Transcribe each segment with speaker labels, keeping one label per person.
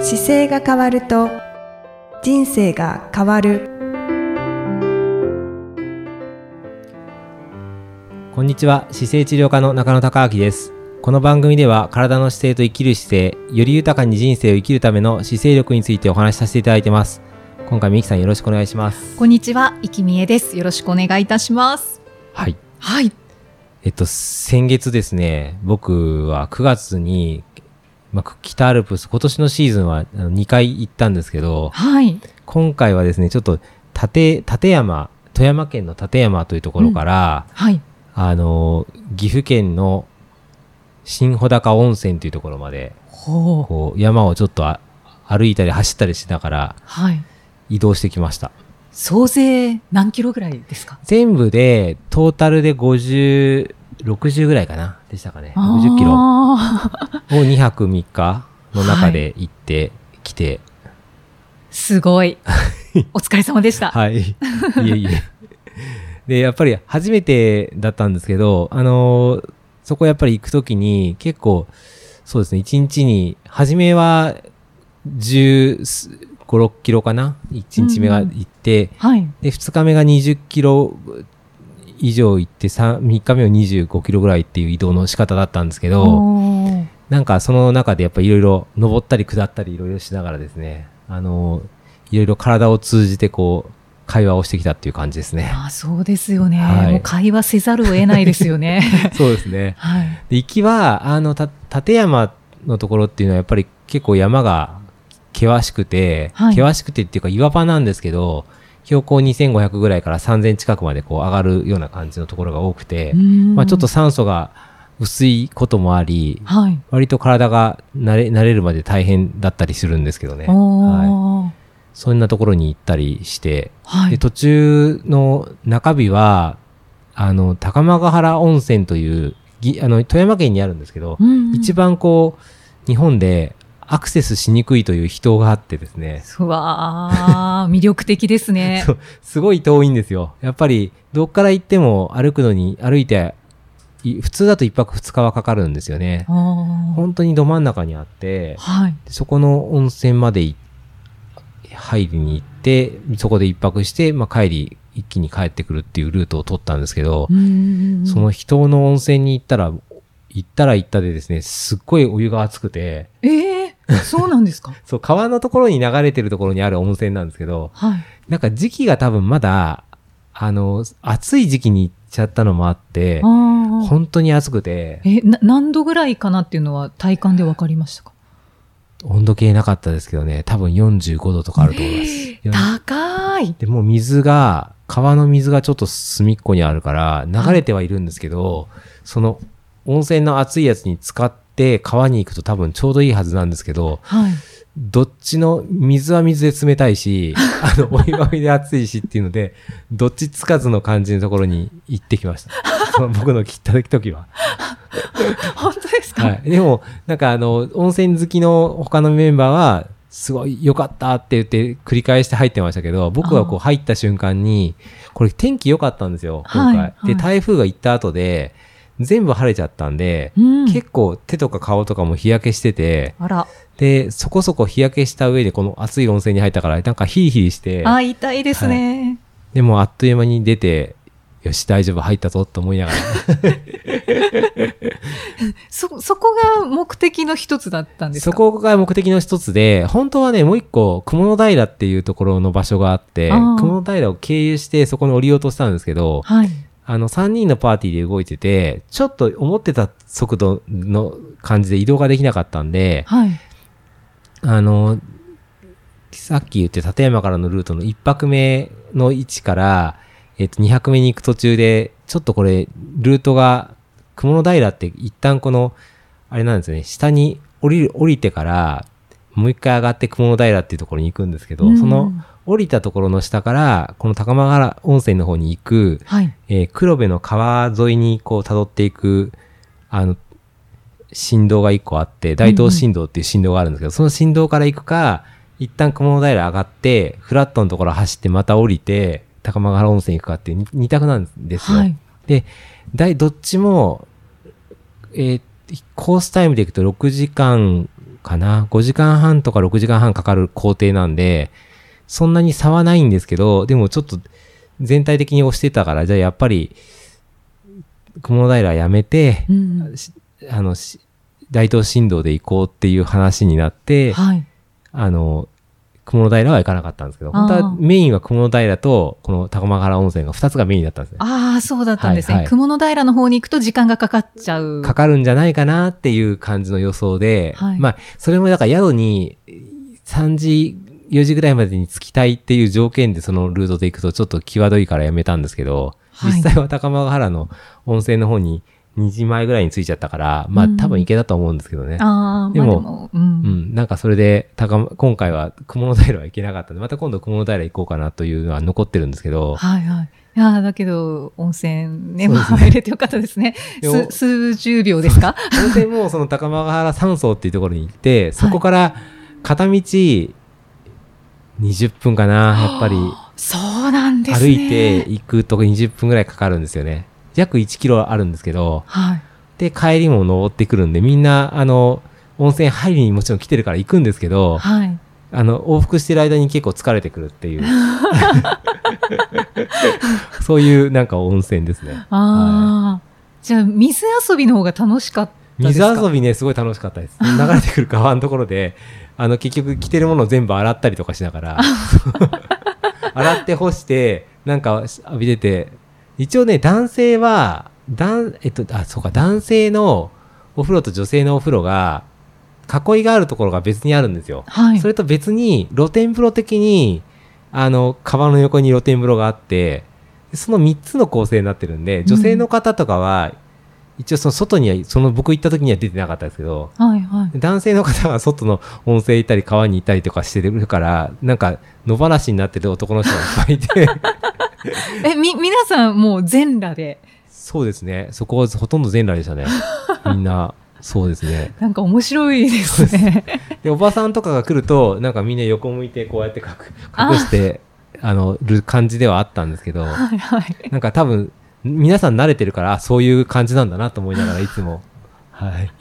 Speaker 1: 姿勢が変わると人生が変わる
Speaker 2: こんにちは姿勢治療科の中野孝明ですこの番組では体の姿勢と生きる姿勢より豊かに人生を生きるための姿勢力についてお話しさせていただいてます今回みきさんよろしくお願いします
Speaker 3: こんにちは、いきみえです。よろしくお願いいたします。
Speaker 2: はい
Speaker 3: はい。
Speaker 2: えっと先月ですね僕は9月に、まあ、く北アルプス今年のシーズンはあの2回行ったんですけど
Speaker 3: はい。
Speaker 2: 今回はですねちょっと立立山富山県の立山というところから、
Speaker 3: はい。
Speaker 2: あの岐阜県の新穂高温泉というところまで
Speaker 3: ほう。
Speaker 2: こう山をちょっとあ歩いたり走ったりしながら
Speaker 3: はい。
Speaker 2: 移動してきました
Speaker 3: 総勢何キロぐらいですか
Speaker 2: 全部でトータルで5060ぐらいかなでしたかね60キロを
Speaker 3: あー
Speaker 2: 2泊3日の中で行ってきて
Speaker 3: すごい。お疲れ様でした。
Speaker 2: はい、い、えいえでやっぱり初めてだったんですけどあのーそこやっぱり行く時に結構そうですね1日に初めは1 5 6キロかな1日目が行って、
Speaker 3: はい。
Speaker 2: で、2日目が20キロ以上行って、3, 3日目は25キロぐらいっていう移動の仕方だったんですけど、
Speaker 3: おー
Speaker 2: なんかその中でやっぱいろいろ登ったり下ったりいろいろしながらですね、あの、いろいろ体を通じてこう、会話をしてきたっていう感じですね。
Speaker 3: あーそうですよね、
Speaker 2: はい
Speaker 3: もう会話せざるを得ないですよね。
Speaker 2: そうですね。
Speaker 3: はい。
Speaker 2: で、行きは、あの、た、立山のところっていうのはやっぱり結構山が険しくて、
Speaker 3: はい
Speaker 2: 険しくてっていうか岩場なんですけど、標高2500ぐらいから3000近くまでこう上がるような感じのところが多くて、まあ、ちょっと、酸素が薄いこともあり、
Speaker 3: はい。
Speaker 2: 割と体が慣れ慣れるまで大変だったりするんですけどね、は
Speaker 3: おー
Speaker 2: い、そんなところに行ったりして、
Speaker 3: は
Speaker 2: で
Speaker 3: い。
Speaker 2: 途中の中日はあの高間ヶ原温泉というぎあの富山県にあるんですけど、
Speaker 3: うん
Speaker 2: 一番こう日本でアクセスしにくいという秘湯があってですね
Speaker 3: うわー、魅力的ですね。
Speaker 2: そうすごい遠いんですよ。やっぱり、どっから行っても歩くのに、歩いて、い普通だと1泊2日はかかるんですよね。
Speaker 3: おー
Speaker 2: 本当にど真ん中にあって、
Speaker 3: はい。
Speaker 2: そこの温泉までい入りに行って、そこで1泊して、まあ、帰り、一気に帰ってくるっていうルートを取ったんですけど、
Speaker 3: うん
Speaker 2: その人の温泉に行ったら、行ったら行ったでですね、すっごいお湯が熱くて、
Speaker 3: ええそうなんです か
Speaker 2: そう、川のところに流れてるところにある温泉なんですけど、
Speaker 3: はい。
Speaker 2: なんか時期が多分まだ、あの、暑い時期に行っちゃったのもあって、
Speaker 3: ああ。
Speaker 2: 本当に暑くて、
Speaker 3: え、な、何度ぐらいかなっていうのは体感で分かりましたか
Speaker 2: 温度計なかったですけどね、多分45度とかあると思います。
Speaker 3: 高い
Speaker 2: で、もう水が、川の水がちょっと隅っこにあるから、流れてはいるんですけど、その温泉の熱いやつに使って川に行くと多分ちょうどいいはずなんですけど、
Speaker 3: はい。
Speaker 2: どっちの水は水で冷たいし、あの、お湯はお湯で熱いしっていうので、どっちつかずの感じのところに行ってきました。その僕の切った時は。
Speaker 3: 本当ですか、
Speaker 2: はい。でも、なんかあの、温泉好きの他のメンバーは、すごい良かったって言って繰り返して入ってましたけど、僕はこう
Speaker 3: あ
Speaker 2: 入った瞬間に、これ天気良かったんですよ、今回。
Speaker 3: はいはい
Speaker 2: で、台風が行った後で、全部晴れちゃったんで、
Speaker 3: うん。
Speaker 2: 結構手とか顔とかも日焼けしてて、
Speaker 3: あら。
Speaker 2: で、そこそこ日焼けした上でこの暑い温泉に入ったから、なんかヒリヒリして、
Speaker 3: あ、痛いですね。
Speaker 2: でもあっという間に出て、よし、大丈夫、入ったぞと思いながら。
Speaker 3: そ、そこが目的の一つだったんです
Speaker 2: そ
Speaker 3: か
Speaker 2: こが目的の一つで、本当はね、もう一個、雲の平っていうところの場所があって、
Speaker 3: あー
Speaker 2: 雲の平を経由してそこに降りようとしたんですけど、
Speaker 3: はい。
Speaker 2: あの、3人のパーティーで動いてて、ちょっと思ってた速度の感じで移動ができなかったんで、
Speaker 3: はい。
Speaker 2: あの、さっき言って立山からのルートの1泊目の位置から、えっと、2泊目に行く途中で、ちょっとこれ、ルートが、雲の平って一旦この、あれなんですよね、下に降りる、降りてから、もう一回上がって雲の平っていうところに行くんですけど、
Speaker 3: うん
Speaker 2: その、降りたところの下から、この高間原温泉の方に行く、
Speaker 3: はい。
Speaker 2: えー黒部の川沿いにこう辿っていく、あの、振動が一個あって、大東振動っていう振動があるんですけど、その振動から行くか、一旦雲の平上がって、フラットのところ走ってまた降りて、高間原温泉行くかっていうに二択なんですよ。
Speaker 3: はい。
Speaker 2: で、大、どっちも、えーコースタイムで行くと6時間かな。5時間半とか6時間半かかる工程なんで、そんなに差はないんですけど、でもちょっと全体的に押してたから、じゃあやっぱり、雲平やめて、
Speaker 3: うん
Speaker 2: しあの、し大東新道で行こうっていう話になって、
Speaker 3: はい。
Speaker 2: あの、雲平は行かなかったんですけど、本当
Speaker 3: あー
Speaker 2: はメインは雲平と、この高間原温泉が2つがメインだったんですね。
Speaker 3: ああ、そうだったんですね。
Speaker 2: はいはい
Speaker 3: 雲の平の方に行くと時間がかかっちゃう。
Speaker 2: かかるんじゃないかなっていう感じの予想で、
Speaker 3: はい
Speaker 2: まあ、それもだから宿に3時、4時ぐらいまでに着きたいっていう条件でそのルートで行くとちょっと際どいからやめたんですけど、
Speaker 3: はい
Speaker 2: 実際は高間原の温泉の方に2時前ぐらいに着いちゃったから、まあ
Speaker 3: うん
Speaker 2: 多分行けたと思うんですけどね。
Speaker 3: ああ、まあ
Speaker 2: で
Speaker 3: で
Speaker 2: も
Speaker 3: も、う。
Speaker 2: うんん、なんかそれで高間、今回は雲の平は行けなかったんで、また今度雲の平行こうかなというのは残ってるんですけど、
Speaker 3: はいはい。いやーだけど、温泉ね、
Speaker 2: そう
Speaker 3: ま
Speaker 2: です
Speaker 3: あ、
Speaker 2: ね
Speaker 3: 入れてよかったですね。
Speaker 2: でも
Speaker 3: す数十秒ですか
Speaker 2: 温泉もその高間原山荘っていうところに行って、そこから片道20分かな、やっぱり
Speaker 3: そうなんです
Speaker 2: 歩
Speaker 3: ね。
Speaker 2: いて。行くと20分ぐらいかかるんですよね。約1キロあるんですけど、
Speaker 3: はい。
Speaker 2: で、帰りも登ってくるんで、みんな、あの、温泉入りにもちろん来てるから行くんですけど、
Speaker 3: はい。
Speaker 2: あの、往復してる間に結構疲れてくるっ ていう。そういうなんか温泉ですね。
Speaker 3: ああ、じゃあ、水遊びの方が楽しかったです
Speaker 2: 水
Speaker 3: か
Speaker 2: 遊びね、すごい楽しかっ たです。流れてくる川のところで、あの、結局着てるものを全部洗ったりとかしな がら、洗って干して、なんか浴びてて、一応ね、男性は、男、えっと、あ、そうか、男性のお風呂と女性のお風呂が、囲いがあるところが別にあるんですよ。
Speaker 3: はい。
Speaker 2: それと別に、露天風呂的に、あの、川の横に露天風呂があって、その3つの構成になってるんで、女性の方とかは、一応その外には、その僕行った時には出てなかったですけど、
Speaker 3: はいはい。
Speaker 2: 男性の方は外の温泉行ったり川に行ったりとかしてるから、なんか野放しになってる男の人がいっぱいいて、
Speaker 3: え、み、皆さんもう全裸で、
Speaker 2: そうですね。そこはほとんど全裸でしたね。みんな、そうですね。
Speaker 3: なんか面白いですね。
Speaker 2: で、おばさんとかが来ると、なんかみんな横向いてこうやって隠隠して、あの、る感じではあったんですけど、
Speaker 3: はいはい。
Speaker 2: なんか多分、皆さん慣れてるから、あそういう感じなんだなと思いながらいつも、はい。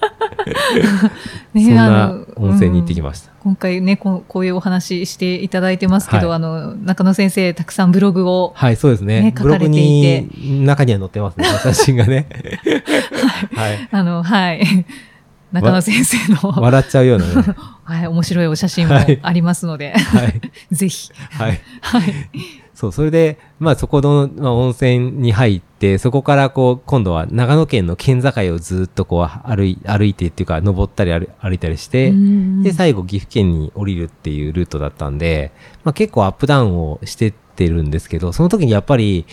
Speaker 3: ね
Speaker 2: そん
Speaker 3: あ
Speaker 2: な
Speaker 3: の
Speaker 2: 温泉に行ってき
Speaker 3: うん
Speaker 2: ました。
Speaker 3: 今回ねこう、こういうお話ししていただいてますけど、
Speaker 2: はい
Speaker 3: あの、中野先生、たくさんブログを、
Speaker 2: はい、そうですね。
Speaker 3: ね
Speaker 2: ブログ
Speaker 3: 書かれ
Speaker 2: に、中には載って ますね、写真がね。はい。
Speaker 3: あの、はい。中野先生の、
Speaker 2: 笑っちゃうようなね。
Speaker 3: はい、面白いお写真も
Speaker 2: はい
Speaker 3: ありますので、
Speaker 2: はい。
Speaker 3: ぜひ。
Speaker 2: はい。
Speaker 3: はい。
Speaker 2: そう、それで、まあそこの、まあ、温泉に入って、そこからこう、今度は長野県の県境をずっとこう、歩い、歩いてっていうか、登ったり歩歩いたりして、
Speaker 3: うん
Speaker 2: で、最後岐阜県に降りるっていうルートだったんで、まあ、結構アップダウンをしてってるんですけど、その時にやっぱり、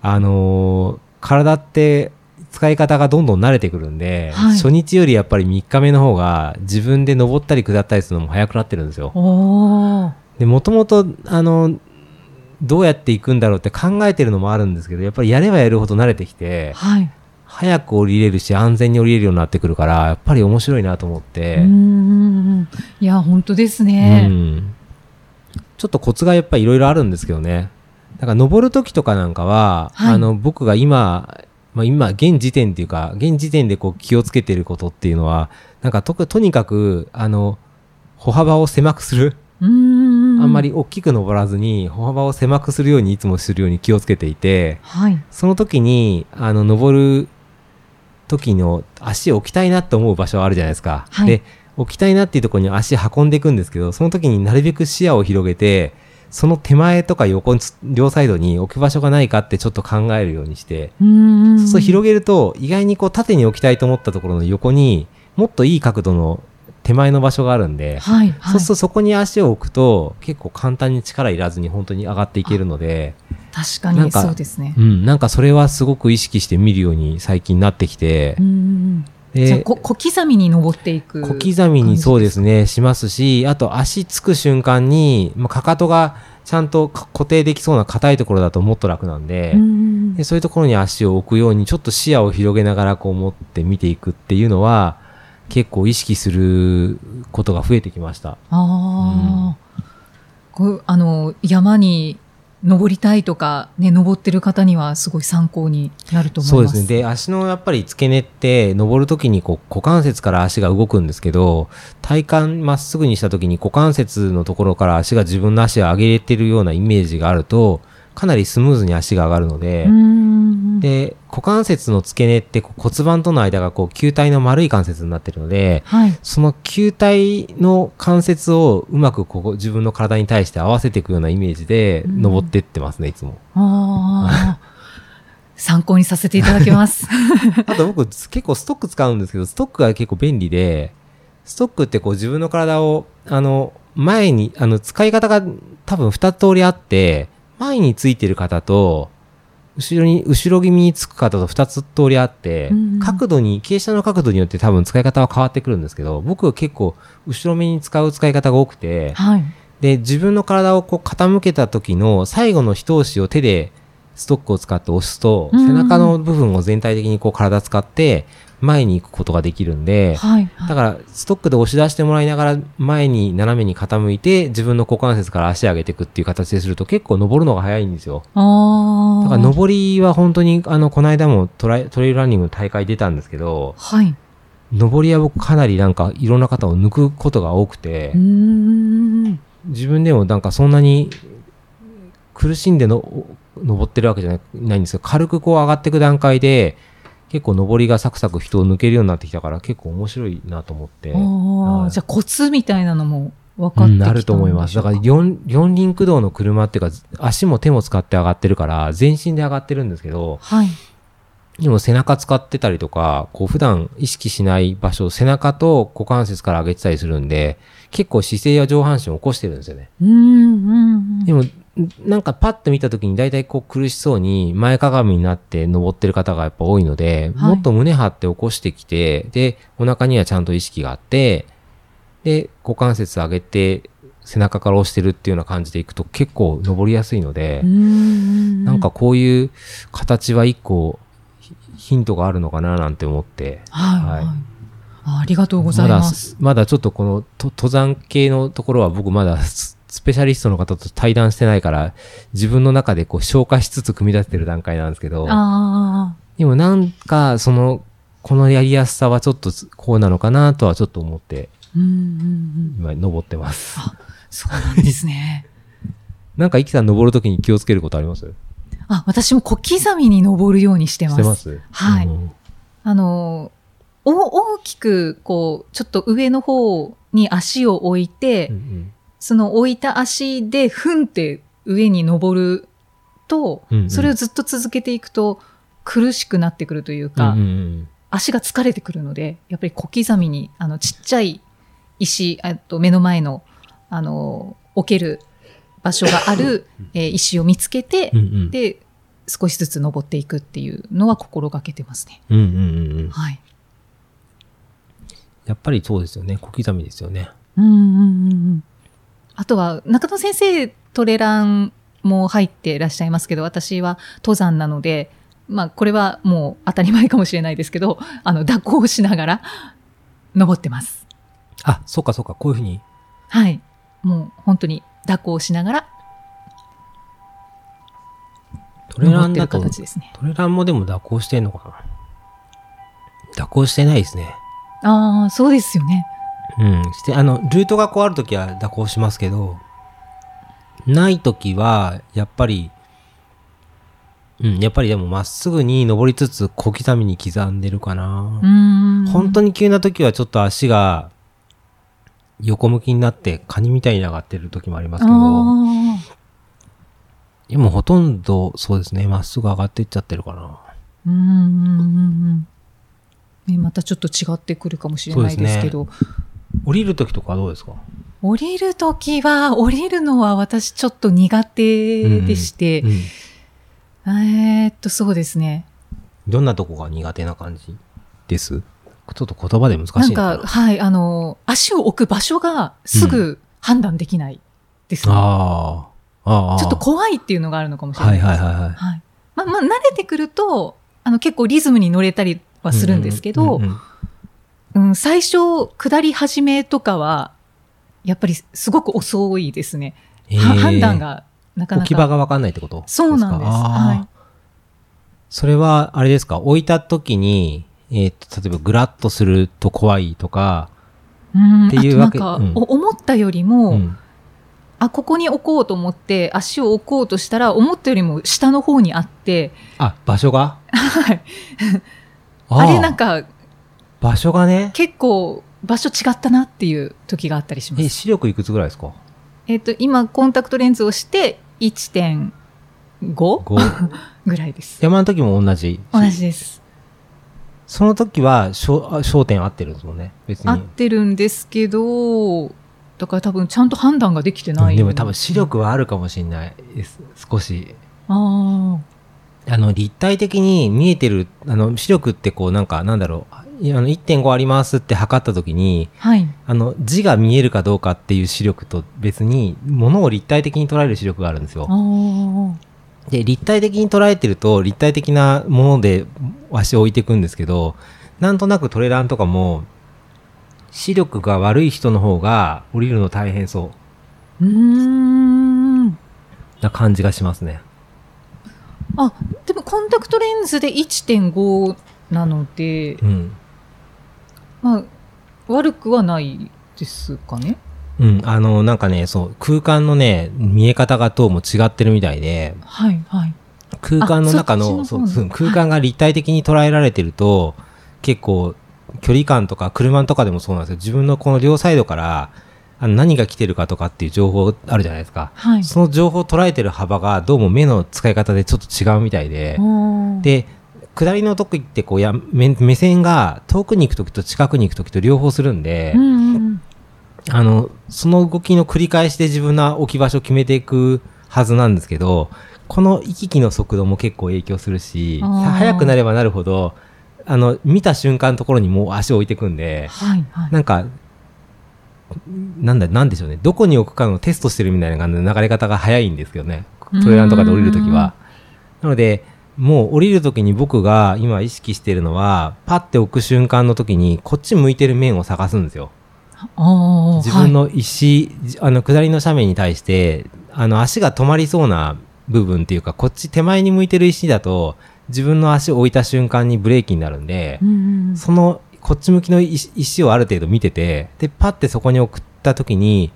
Speaker 2: あのー体って使い方がどんどん慣れてくるんで、
Speaker 3: はい
Speaker 2: 初日よりやっぱり3日目の方が自分で登ったり下ったりするのも早くなってるんですよ。
Speaker 3: おー。
Speaker 2: で、もともと、あの、どうやって行くんだろうって考えてるのもあるんですけど、やっぱりやればやるほど慣れてきて、
Speaker 3: はい。
Speaker 2: 早く降りれるし安全に降りれるようになってくるから、やっぱり面白いなと思って、
Speaker 3: うんうんうんいや、本当です
Speaker 2: う
Speaker 3: ね。
Speaker 2: ん、ちょっとコツがやっぱりいろいろあるんですけどねだから登る時とかなんかは、
Speaker 3: はい
Speaker 2: あの僕が今、まあ、今現時点っていうか現時点でこう気をつけてることっていうのはなんかととにかくあの歩幅を狭くする
Speaker 3: うん
Speaker 2: あんまり。大きく登らずに歩幅を狭くするようにいつもするように気をつけていて
Speaker 3: はい。
Speaker 2: その時にあの登る時の足を置きたいなと思う場所あるじゃないですか。
Speaker 3: はい
Speaker 2: で置きたいなっていうところに足運んでいくんですけどその時になるべく視野を広げてその手前とか横に両サイドに置く場所がないかってちょっと考えるようにして、
Speaker 3: うんん
Speaker 2: そうすると広げると意外にこう縦に置きたいと思ったところの横にもっといい角度の手前の場所があるんで。
Speaker 3: はい。はい
Speaker 2: そうするとそこに足を置くと結構簡単に力いらずに本当に上がっていけるので、
Speaker 3: 確か
Speaker 2: なん
Speaker 3: に
Speaker 2: か
Speaker 3: そうですね。
Speaker 2: うん、なんかそれはすごく意識して見るように最近なってきて
Speaker 3: う、んうんうんじゃあ
Speaker 2: で
Speaker 3: こ小刻みに登っていく。
Speaker 2: 小刻みにそうですねしますしあと足つく瞬間に、まあ、かかとがちゃんとか固定できそうな硬いところだともっと楽なんで,、
Speaker 3: うんうんうん
Speaker 2: でそういうところに足を置くようにちょっと視野を広げながらこう持って見ていくっていうのは結構意識することが増えてきました。
Speaker 3: ああ、こうあの山に登りたいとか、ね、登ってる方にはすごい参考になると思
Speaker 2: そう
Speaker 3: い
Speaker 2: で
Speaker 3: ます。
Speaker 2: すね。で、足のやっぱり付け根って、登るときにこう股関節から足が動くんですけど、体幹まっすぐにしたときに股関節のところから足が自分の足を上げれてるようなイメージがあると、かなりスムーズに足が上がるので、
Speaker 3: うーん
Speaker 2: で、股関節の付け根ってこう骨盤との間がこう球体の丸い関節になってるので、
Speaker 3: はい。
Speaker 2: その球体の関節をうまくここ自分の体に対して合わせていくようなイメージで
Speaker 3: うん
Speaker 2: 登ってってますね、いつも。
Speaker 3: ああ。参考にさせていただき ます。
Speaker 2: あと僕 結構ストック使うんですけど、ストックが結構便利で、ストックってこう自分の体を、あの、前に、あの、使い方が多分二通りあって、前についてる方と、後ろに、後ろ気味につく方と二つ通りあって
Speaker 3: うんうん、
Speaker 2: 角度に、傾斜の角度によって多分使い方は変わってくるんですけど、僕は結構後ろ目に使う使い方が多くて、
Speaker 3: はい。
Speaker 2: で、自分の体をこう傾けた時の最後の一押しを手でストックを使って押すと、
Speaker 3: うん
Speaker 2: 背中の部分を全体的にこう体使って前に行くことができるんで、
Speaker 3: はい。
Speaker 2: だからストックで押し出してもらいながら前に斜めに傾いて自分の股関節から足上げていくっていう形ですると結構登るのが早いんですよ。
Speaker 3: ああ。
Speaker 2: だから登りは本当にあの、この間もトライトレイルランニングの大会出たんですけど、
Speaker 3: はい。
Speaker 2: 登りは僕かなりなんかいろんな方を抜くことが多くて、
Speaker 3: うーん。
Speaker 2: 自分でもなんかそんなに苦しんでの登ってるわけじゃないないんですけど軽くこう上がっていく段階で結構登りがサクサク人を抜けるようになってきたから結構面白いなと思って。
Speaker 3: あ
Speaker 2: は
Speaker 3: あ。
Speaker 2: い
Speaker 3: じゃあコツみたいなのも分か
Speaker 2: う
Speaker 3: ってきたんでしょう
Speaker 2: ん、
Speaker 3: か
Speaker 2: なると思います。だから四四輪駆動の車っていうか足も手も使って上がってるから全身で上がってるんですけど
Speaker 3: はい。
Speaker 2: でも背中使ってたりとかこう普段意識しない場所背中と股関節から上げてたりするんで結構姿勢や上半身を起こしてるんですよね。
Speaker 3: うーんうんう
Speaker 2: で
Speaker 3: ん。
Speaker 2: も、なんかパッと見た時に大体こう苦しそうに前かがみになって登ってる方がやっぱ多いので、
Speaker 3: はい
Speaker 2: もっと胸張って起こしてきて、で、お腹にはちゃんと意識があって、で、股関節上げて背中から押してるっていうような感じでいくと結構登りやすいので
Speaker 3: うー、ん
Speaker 2: なんかこういう形は一個ヒヒントがあるのかななんて思って。
Speaker 3: はい、
Speaker 2: は
Speaker 3: はいいあ。ありがとうございます。
Speaker 2: だ、まだちょっとこのと登山系のところは僕まだススペシャリストの方と対談してないから、自分の中でこう消化しつつ組み立ててる段階なんですけど、
Speaker 3: あ
Speaker 2: でもなんかその、このやりやすさはちょっとこうなのかなとはちょっと思って、
Speaker 3: あ。うんうんうん。
Speaker 2: 今登ってます。
Speaker 3: そうなんです ね。
Speaker 2: なんか、イキさん登るときに気をつけることあります
Speaker 3: あ、私も小刻みに登るようにしてま
Speaker 2: し
Speaker 3: す。
Speaker 2: てます
Speaker 3: はい
Speaker 2: うん
Speaker 3: あの、お大きく、こう、ちょっと上の方に足を置いて、
Speaker 2: うんうん
Speaker 3: その置いた足で、ふんって上に登ると、
Speaker 2: うんうん
Speaker 3: それをずっと続けていくと、苦しくなってくるという
Speaker 2: う
Speaker 3: か、
Speaker 2: んうん
Speaker 3: 足が疲れてくるので、やっぱり小刻みに、あの、ちっちゃい石、あと目の前の、あの、置ける場所がある、えー石を見つけて
Speaker 2: うん、うん
Speaker 3: で、少しずつ登っていくっていうのは心がけてますね。
Speaker 2: うんうんうんうん
Speaker 3: はい。
Speaker 2: やっぱりそうですよね。小刻みですよね。
Speaker 3: うんうんうんうん。あとは、中野先生、トレランも入ってらっしゃいますけど、私は登山なので、まあ、これはもう当たり前かもしれないですけど、あの、蛇行をしながら登ってます。
Speaker 2: あ、そうかそうか。こういうふうに
Speaker 3: はい。もう本当に蛇行しながら
Speaker 2: トレ
Speaker 3: 登
Speaker 2: ラン
Speaker 3: って
Speaker 2: だ
Speaker 3: る
Speaker 2: と
Speaker 3: 形ですね。
Speaker 2: トレランもでも蛇行してんのかな蛇行してないですね。
Speaker 3: ああ、そうですよね。
Speaker 2: うん。して、あの、ルートがこうあるときは蛇行しますけど、ないときは、やっぱり、うん、やっぱりでもまっすぐに登りつつ小刻みに刻んでるかな
Speaker 3: う。ーん。
Speaker 2: 本当
Speaker 3: に。
Speaker 2: に急なときはちょっと足が横向きになってカニみたいに上がってるときもありますけど、
Speaker 3: ああ。
Speaker 2: でもほとんどそうですね、まっすぐ上がっていっちゃってるかな。
Speaker 3: うーんうんうんうん。ねまたちょっと違ってくるかもしれないですけど、
Speaker 2: 降りるときとかはどうですか
Speaker 3: 降りるときは、降りるのは私ちょっと苦手でして、
Speaker 2: うん
Speaker 3: えーっと、そうですね。
Speaker 2: どんなとこが苦手な感じですちょっと言葉で難しい
Speaker 3: なん
Speaker 2: のかな
Speaker 3: か、はい、あの、足を置く場所がすぐ判断できないですね、
Speaker 2: ああ。ああ。
Speaker 3: ちょっと怖いっていうのがあるのかもしれな
Speaker 2: はい
Speaker 3: で
Speaker 2: い
Speaker 3: す。
Speaker 2: はいはいはい。
Speaker 3: はい。まあ、まあ、慣れてくると、あの、結構リズムに乗れたりはするんですけど、う
Speaker 2: う
Speaker 3: んん
Speaker 2: うんうん
Speaker 3: 最初、下り始めとかは、やっぱりすごく遅いですね。
Speaker 2: えー
Speaker 3: は判断がなかなか。
Speaker 2: 置き場がわかんないってこと
Speaker 3: そうなんです。
Speaker 2: か
Speaker 3: は
Speaker 2: あーそれは、あれですか置いた時に、えーっと、例えばグラッとすると怖いとか、
Speaker 3: い。うん。
Speaker 2: っていうわけ
Speaker 3: あと
Speaker 2: う
Speaker 3: なん
Speaker 2: ん
Speaker 3: か、お思ったよりも、
Speaker 2: うん
Speaker 3: あ、ここに置こうと思って、足を置こうとしたら、思ったよりも下の方にあって、
Speaker 2: あ、場所が
Speaker 3: はい。
Speaker 2: あ
Speaker 3: あ
Speaker 2: ー
Speaker 3: れなんか、
Speaker 2: 場所がね、
Speaker 3: 結構、場所違ったなっていう時があったりしま
Speaker 2: え、
Speaker 3: す。
Speaker 2: 視力いくつぐらいですか
Speaker 3: えっ、と、今、コンタクトレンズをして、1.5
Speaker 2: 5?
Speaker 3: ぐらいです。
Speaker 2: 山の時も同じ。
Speaker 3: 同じです。
Speaker 2: その時は、焦あ焦点合ってるんですもんね。別
Speaker 3: 合
Speaker 2: に
Speaker 3: っ。てるんですけど、だから多分ちゃんと判断ができてない。
Speaker 2: でも多分視力はあるかもしれないです。少し。
Speaker 3: あ
Speaker 2: あの、立体的に見えてる、あの、視力ってこう、なんか、なんだろう、いあの、1.5ありますって測った時に、
Speaker 3: あ。はい。
Speaker 2: あの、字が見えるかどうかっていう視力と別に、ものを立体的に捉える視力があるんですよ
Speaker 3: あ。あ。
Speaker 2: で、立体的に捉えてると、立体的なもので足を置いていくんですけど、なんとなくトレランとかも、視力が悪い人の方が降りるの大変そう
Speaker 3: ーん。
Speaker 2: うな感じがしますね。
Speaker 3: あ、でもコンタクトレンズで1.5なので、
Speaker 2: うん。
Speaker 3: まあ、悪くはないですかね。
Speaker 2: うん、あの、なんかね、そう、空間のね、見え方がどうも違ってるみたいで、
Speaker 3: はい、はい。
Speaker 2: 空間の中
Speaker 3: あそ
Speaker 2: の、そ
Speaker 3: っちの方ね
Speaker 2: うそう空間が立体的に捉えられてると、結構、距離感とか、車とかでもそうなんですよ。自分のこの両サイドから、あの何が来てるかとかっていう情報あるじゃないですか。
Speaker 3: はい。
Speaker 2: その情報を捉えてる幅が、どうも目の使い方でちょっと違うみたいで、
Speaker 3: おー
Speaker 2: で、下りの時ってこうや目、目線が遠くに行く時と近くに行く時と両方するんで、
Speaker 3: うんうん
Speaker 2: あの、その動きの繰り返しで自分の置き場所を決めていくはずなんですけど、この行き来の速度も結構影響するし、
Speaker 3: あー
Speaker 2: さ速くなればなるほど、あの、見た瞬間のところにもう足を置いていくん
Speaker 3: うん。
Speaker 2: で、
Speaker 3: はい、はい。
Speaker 2: なんか、なんだ、なんでしょうね。どこに置くかのテストしてるみたいな感じの流れ方が早いんですけどね。トレランとかで降りるときは。なので、もう降りるときに僕が今意識してるのは、パッて置く瞬間のときに、こっち向いてる面を探すんですよ。
Speaker 3: おー
Speaker 2: 自分の石、じあの下りの斜面に対してあの足が止まりそうな部分っていうかこっち手前に向いてる石だと自分の足を置いた瞬間にブレーキになるんで
Speaker 3: う、んうん
Speaker 2: そのこっち向きの石石をある程度見ててでパッてそこに送った時に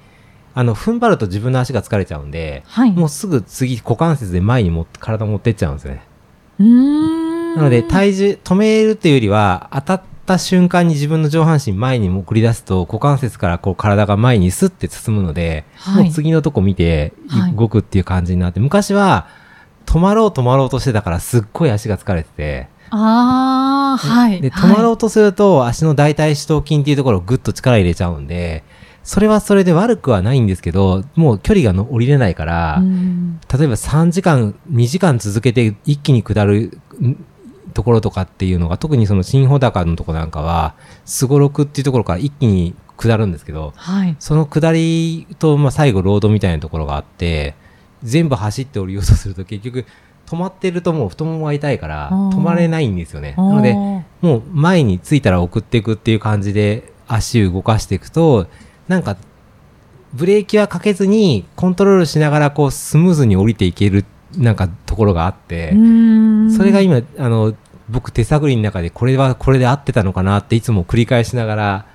Speaker 2: あの踏ん張ると自分の足が疲れちゃうんで
Speaker 3: はい。
Speaker 2: もうすぐ次股関節で前にもって体持ってっちゃうんですね。
Speaker 3: うーん。
Speaker 2: なので体重止めるというよりは当たった瞬間に自分の上半身前に送り出すと股関節からこう体が前にスッて進むので、
Speaker 3: はい
Speaker 2: もう次のとこ見て
Speaker 3: はい
Speaker 2: 動くっていう感じになって、昔は止まろう止まろうとしてたからすっごい足が疲れてて、
Speaker 3: ああ、はい。
Speaker 2: で止まろ
Speaker 3: う。
Speaker 2: うとすると足の大腿四頭筋っていうところをぐっと力入れちゃうんでそれはそれで悪くはないんですけどもう距離がの降りれないから、
Speaker 3: うん
Speaker 2: 例えば3時間2時間続けて一気に下るんところとかっていうのが特にその新穂高のとこなんかはすごろくっていうところから一気に下るんですけど
Speaker 3: はい。
Speaker 2: その下りと、まあ、最後ロードみたいなところがあって全部走って降りようとすると結局止まってるともう太ももが痛いから
Speaker 3: あー
Speaker 2: 止まれないんですよね。なので
Speaker 3: おー
Speaker 2: もう前に着いたら送っていくっていう感じで足を動かしていくと、なんか、ブレーキはかけずにコントロールしながらこうスムーズに降りていけるなんかところがあっ
Speaker 3: う
Speaker 2: て、
Speaker 3: ーん
Speaker 2: それが今、あの、僕手探りの中でこれはこれで合ってたのかなっていつも繰り返しながら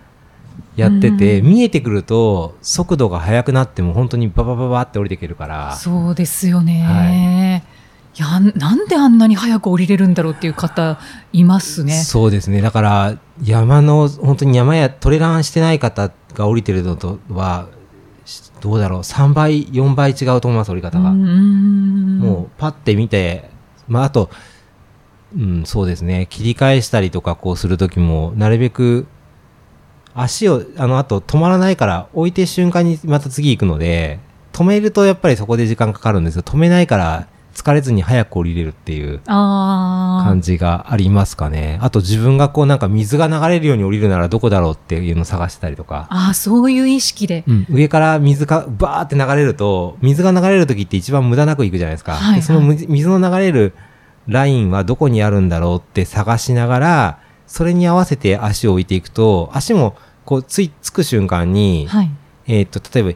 Speaker 2: やってて、
Speaker 3: う
Speaker 2: 見えてくると速度が速くなっても本当にババババって降りていけるから、
Speaker 3: そうですよね。いや、なんであんなに早く降りれるんだろうっていう方いますね。
Speaker 2: そうですね。だから、山の、本当に山やトレランしてない方が降りてるのとは、しどうだろう、3倍、4倍違うと思います、降り方が。も
Speaker 3: も
Speaker 2: う、パッて見て、まあ、あと、うん、そうですね。切り返したりとか、こうするときも、なるべく、足を、あの、あと止まらないから、置いて瞬間にまた次行くので、止めるとやっぱりそこで時間かかるんですよ。止めないから、疲れずに早く降りれるってい
Speaker 3: う
Speaker 2: う。
Speaker 3: ん。ああ。
Speaker 2: 感じがありますかね。あと自分がこうなんか水が流れるように降りるならどこだろうっていうのを探してたりとか。
Speaker 3: ああ、そういう意識で。
Speaker 2: うん上から水がバーって流れると、水が流れる時って一番無駄なく行くじゃないですか。
Speaker 3: はいはい
Speaker 2: でその水水の流れるラインはどこにあるんだろうって探しながら、それに合わせて足を置いていくと、足もこうついつく瞬間に、
Speaker 3: はい。
Speaker 2: えーっと、例え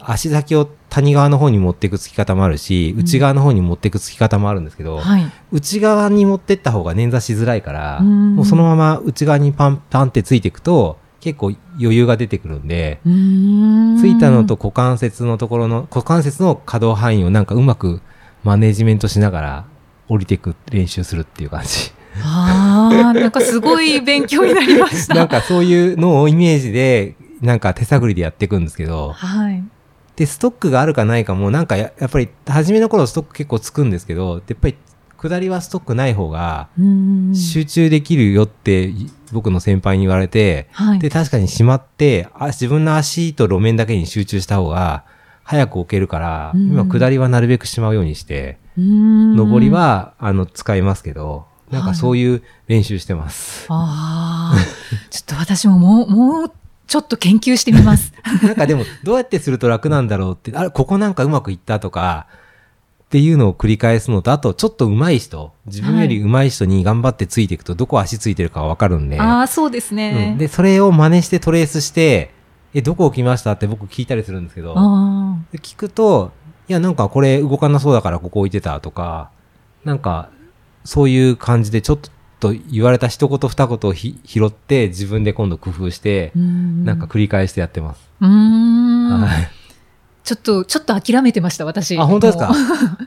Speaker 2: ば、足先を谷側の方に持っていくつき方もあるし、
Speaker 3: うん
Speaker 2: 内側の方に持っていくつき方もあるんですけど、
Speaker 3: はい。
Speaker 2: 内側に持ってった方が捻挫しづらいから、
Speaker 3: うん
Speaker 2: もうそのまま内側にパンパンってついていくと、結構余裕が出てくるんで、
Speaker 3: うーん
Speaker 2: ついたのと、股関節のところの、股関節の可動範囲をなんかうまくマネジメントしながら降りていく練習するっていう感 じ。
Speaker 3: ああ、なんかすごい勉強になりまし
Speaker 2: なん
Speaker 3: た。
Speaker 2: かそういうのをイメージで、なんか手探りでやっていくんですけど、
Speaker 3: はい。
Speaker 2: で、ストックがあるかないかも、なんかややっぱり、初めの頃ストック結構つくんですけど、やっぱり、下りはストックない方が、
Speaker 3: うーん
Speaker 2: 集中できるよって、い僕の先輩に言われて、
Speaker 3: はい。
Speaker 2: で、確かにしまって、あ自分の足と路面だけに集中した方が、早く置けるから、
Speaker 3: うん
Speaker 2: 今、下りはなるべくしまうようにして、
Speaker 3: うーん
Speaker 2: 上り。は、あの、使いますけど、なん
Speaker 3: は
Speaker 2: か
Speaker 3: い
Speaker 2: そういう練習して ます。
Speaker 3: ああ、ちょっと私ももう、もうちょっと研究してみます。
Speaker 2: なんかでも、どうやってすると楽なんだろうって、あれ、ここなんかうまくいったとか、っていうのを繰り返すのと、あと、ちょっと上手い人、自分より上手い人に頑張ってついていくと、どこ足ついてるかわかるんで、
Speaker 3: ああ、そうです
Speaker 2: うん
Speaker 3: ね。
Speaker 2: で、それを真似してトレースして、え、どこ置きましたって僕聞いたりするんですけど、
Speaker 3: あ
Speaker 2: で聞くと、いや、なんかこれ動かなそうだからここ置いてたとか、なんか、そういう感じでちょっと言われた一言二言をひ拾って、自分で今度工夫して
Speaker 3: あ、、な
Speaker 2: な
Speaker 3: ん
Speaker 2: か、繰り返してやってます。
Speaker 3: うーん。
Speaker 2: はい
Speaker 3: ちょっと、ちょっと諦めてました、私。
Speaker 2: あ、本当ですか
Speaker 3: もう
Speaker 2: い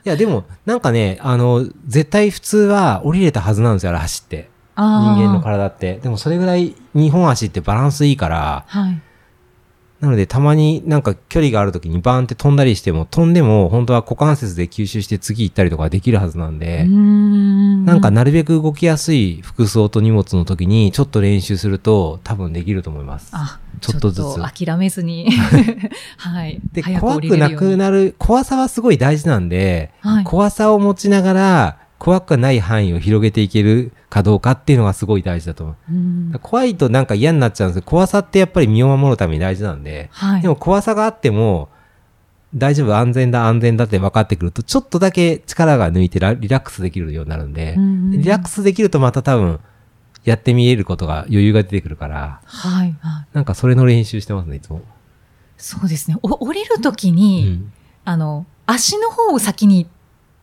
Speaker 2: や、でも、なんかね、あの、絶対普通は降りれたはずなんですよ、あれ走って。人
Speaker 3: あー
Speaker 2: 間の体って。でも、それぐらい日本足ってバランスいいから、
Speaker 3: はい。
Speaker 2: なので、たまになんか距離がある時にバーンって飛んだりしても、飛んでも、本当は股関節で吸収して次行ったりとかできるはずなんで、
Speaker 3: な
Speaker 2: な
Speaker 3: ん
Speaker 2: か、なるべく動きやすい服装と荷物の時に、ちょっと練習すると、多分できると思います。
Speaker 3: あ
Speaker 2: ちょっとずつ
Speaker 3: 諦めず に。はい。
Speaker 2: で、
Speaker 3: 早降
Speaker 2: 怖
Speaker 3: り
Speaker 2: く
Speaker 3: れ
Speaker 2: な
Speaker 3: るように
Speaker 2: くなる、怖さはすごい大事なんで、
Speaker 3: はい。
Speaker 2: 怖さを持ちながら、怖くない範囲を広げていけるかどうかっていうのがすごい大事だと思う。
Speaker 3: うーん
Speaker 2: だから怖いとなんか嫌になっちゃうんですけど、怖さってやっぱり身を守るために大事なんで、
Speaker 3: はい。
Speaker 2: でも怖さがあっても、大丈夫、安全だ、安全だって分かってくると、ちょっとだけ力が抜いてラリラックスできるようになるんで、リラック
Speaker 3: ス。
Speaker 2: スできるとまた多分、やってみえることが余裕が出てくるから、
Speaker 3: はい。はい
Speaker 2: なんかそれの練習してますね、いつも。
Speaker 3: そうですね。お降りるとき
Speaker 2: う
Speaker 3: に、
Speaker 2: ん。
Speaker 3: あの、足の方を先に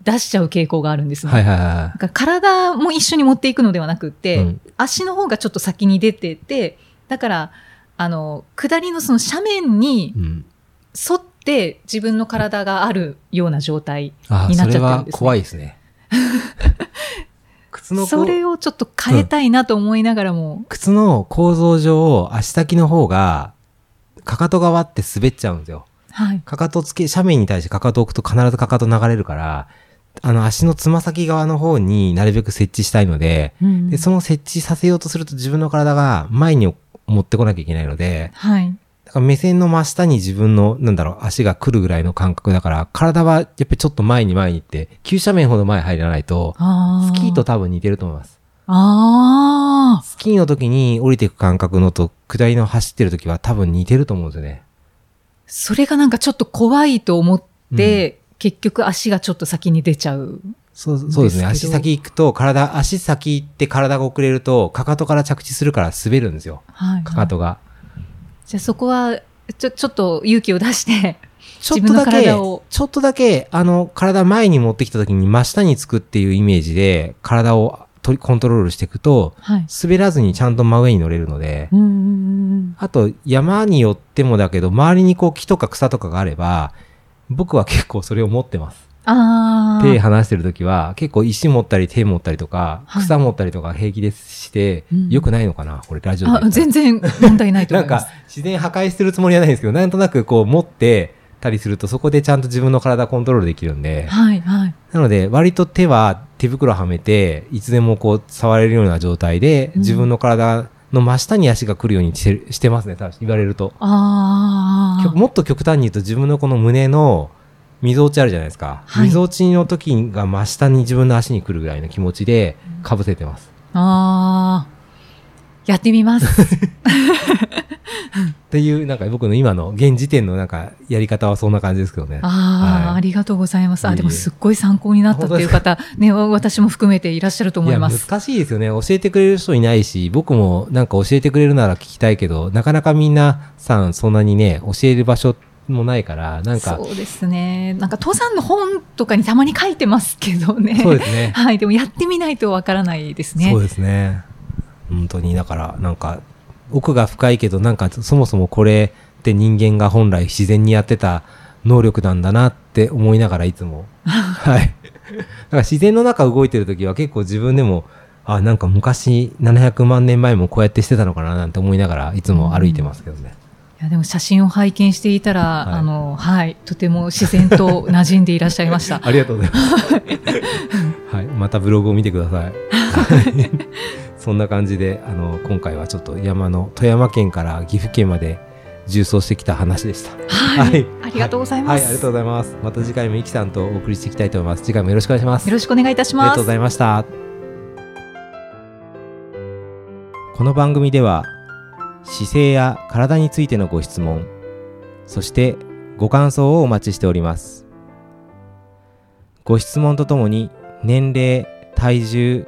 Speaker 3: 出しちゃう傾向があるんですね。
Speaker 2: はいはいは
Speaker 3: なんか体も一緒に持っていくのではなくって、
Speaker 2: うん
Speaker 3: 足の方がちょっと先に出てて、だから、あの、下りのその斜面に
Speaker 2: い。うん。
Speaker 3: 沿って自分の体があるような状態。
Speaker 2: ああ、
Speaker 3: にな
Speaker 2: そ
Speaker 3: っち
Speaker 2: れ
Speaker 3: ゃってるんですね
Speaker 2: は怖いで すね。靴のこ
Speaker 3: それをちょっと変えたいなと思いながらも、
Speaker 2: 靴の構造上、足先の方が、かかとが割って滑っちゃうんですよ。
Speaker 3: はい。
Speaker 2: かかとつけ、斜面に対してかかと置くと必ずかかと流れるから、あの足のつま先側の方になるべく設置したいので、
Speaker 3: うん
Speaker 2: で、その設置させようとすると自分の体が前に持ってこなきゃいけないので、
Speaker 3: はい。
Speaker 2: だから目線の真下に自分の、なんだろう、足が来るぐらいの感覚だから、体はやっぱりちょっと前に前に行って、急斜面ほど前入らないと、
Speaker 3: あー
Speaker 2: スキーと。多分似てると思います。
Speaker 3: ああ。
Speaker 2: スキーの時に降りていく感覚のと、下りの走ってる時は多分似てると思うんですよね。
Speaker 3: それがなんかちょっと怖いと思って、結局足がちょっと先に出ちゃう。
Speaker 2: そうそうですね。
Speaker 3: ですけ
Speaker 2: 足
Speaker 3: ど
Speaker 2: 先行くと、体、足先行って体が遅れると、かかとから着地するから滑るんですよ。
Speaker 3: はい。
Speaker 2: かかとが。
Speaker 3: じゃあそこは、ちょ、ちょっと勇気を出して。
Speaker 2: ちょっとだ
Speaker 3: 自分
Speaker 2: け、
Speaker 3: の
Speaker 2: ち
Speaker 3: 体
Speaker 2: ょ
Speaker 3: を
Speaker 2: っとだけ、あの、体前に持ってきた時に真下につくっていうイメージで、体を取りコントロールしていくと、
Speaker 3: はい。
Speaker 2: 滑らずにちゃんと真上に乗れるので、
Speaker 3: うんうんうん。
Speaker 2: あと、山によってもだけど、周りにこう木とか草とかがあれば、僕は結構それを持ってます。
Speaker 3: ああ。
Speaker 2: 手離してる時は、結構石持ったり手持ったりとか、
Speaker 3: はい
Speaker 2: 草持ったりとか平気でして
Speaker 3: うん、
Speaker 2: 良くないのかなこれラジオで言った
Speaker 3: あ
Speaker 2: ら。
Speaker 3: 全然問題ないと
Speaker 2: な
Speaker 3: 思
Speaker 2: ん
Speaker 3: いま
Speaker 2: か
Speaker 3: す。
Speaker 2: 自然破壊してるつもりはないんですけど、なんとなくこう持ってたりすると、そこでちゃんと自分の体コントロールできるんで、
Speaker 3: はいはい。
Speaker 2: なので割と手は手袋はめて、いつでもこう触れるような状態で、
Speaker 3: うん
Speaker 2: 自分の体の真下に足が来るようにしてるしてますね、多分言われると。
Speaker 3: あ
Speaker 2: 極
Speaker 3: あ。
Speaker 2: もっと極端に言うと自分のこの胸の溝落ちあるじゃないですか。
Speaker 3: はい
Speaker 2: 溝落ちの時が真下に自分の足に来るぐらいの気持ちで被せてます。
Speaker 3: ああ。やってみ ます。
Speaker 2: っていう、なんか僕の今の現時点のなんかやり方はそんな感じですけどね。
Speaker 3: ああ、
Speaker 2: はい
Speaker 3: ありがとうございます。
Speaker 2: いえ
Speaker 3: あ、
Speaker 2: いえ
Speaker 3: でもすっごい参考になったっていう方、ね、わ私も含めていらっしゃると思います。
Speaker 2: や難しいですよね教えてくれる人いないし僕もなんか教えてくれるなら聞きたいけどなかなかみんなさんそんなにね教える場所もないから、なんか、
Speaker 3: そうですね。なんか登山の本とかにたまに書いてますけどね。
Speaker 2: そうですね。
Speaker 3: はい、でもやってみないとわからないですね。
Speaker 2: そうですね。本当に、だから、なんか、奥が深いけど、なんか、そもそもこれって人間が本来自然にやってた能力なんだなって思いながらいつ も。はい。だから自然の中動いてる時は結構自分でも、あ、なんか昔700万年前もこうやってしてたのかななんて思いながらいつも歩いてますけどね。
Speaker 3: いやでも写真を拝見していたら、
Speaker 2: い
Speaker 3: あの、はい、とても自然と馴染んでいらっしゃいました。
Speaker 2: ありがとうござい ます。はい。またブログを見てください。 そんな感じで、あの、今回はちょっと山の富山県から岐阜県まで重走してきた話でした。
Speaker 3: はい、
Speaker 2: はい
Speaker 3: ありがとうござい
Speaker 2: は
Speaker 3: ま
Speaker 2: い、
Speaker 3: す。
Speaker 2: ありがとうございます。また次回もイキさんとお送りしていきたいと思います。次回もよろしくお願いします。
Speaker 3: よろしくお願いいたし
Speaker 2: ありが
Speaker 3: ま
Speaker 2: とうご
Speaker 3: す。
Speaker 2: ざいました。この番組では姿勢や体についてのご質問、そしてご感想をお待ちしております。ご質問とともに年齢、体重、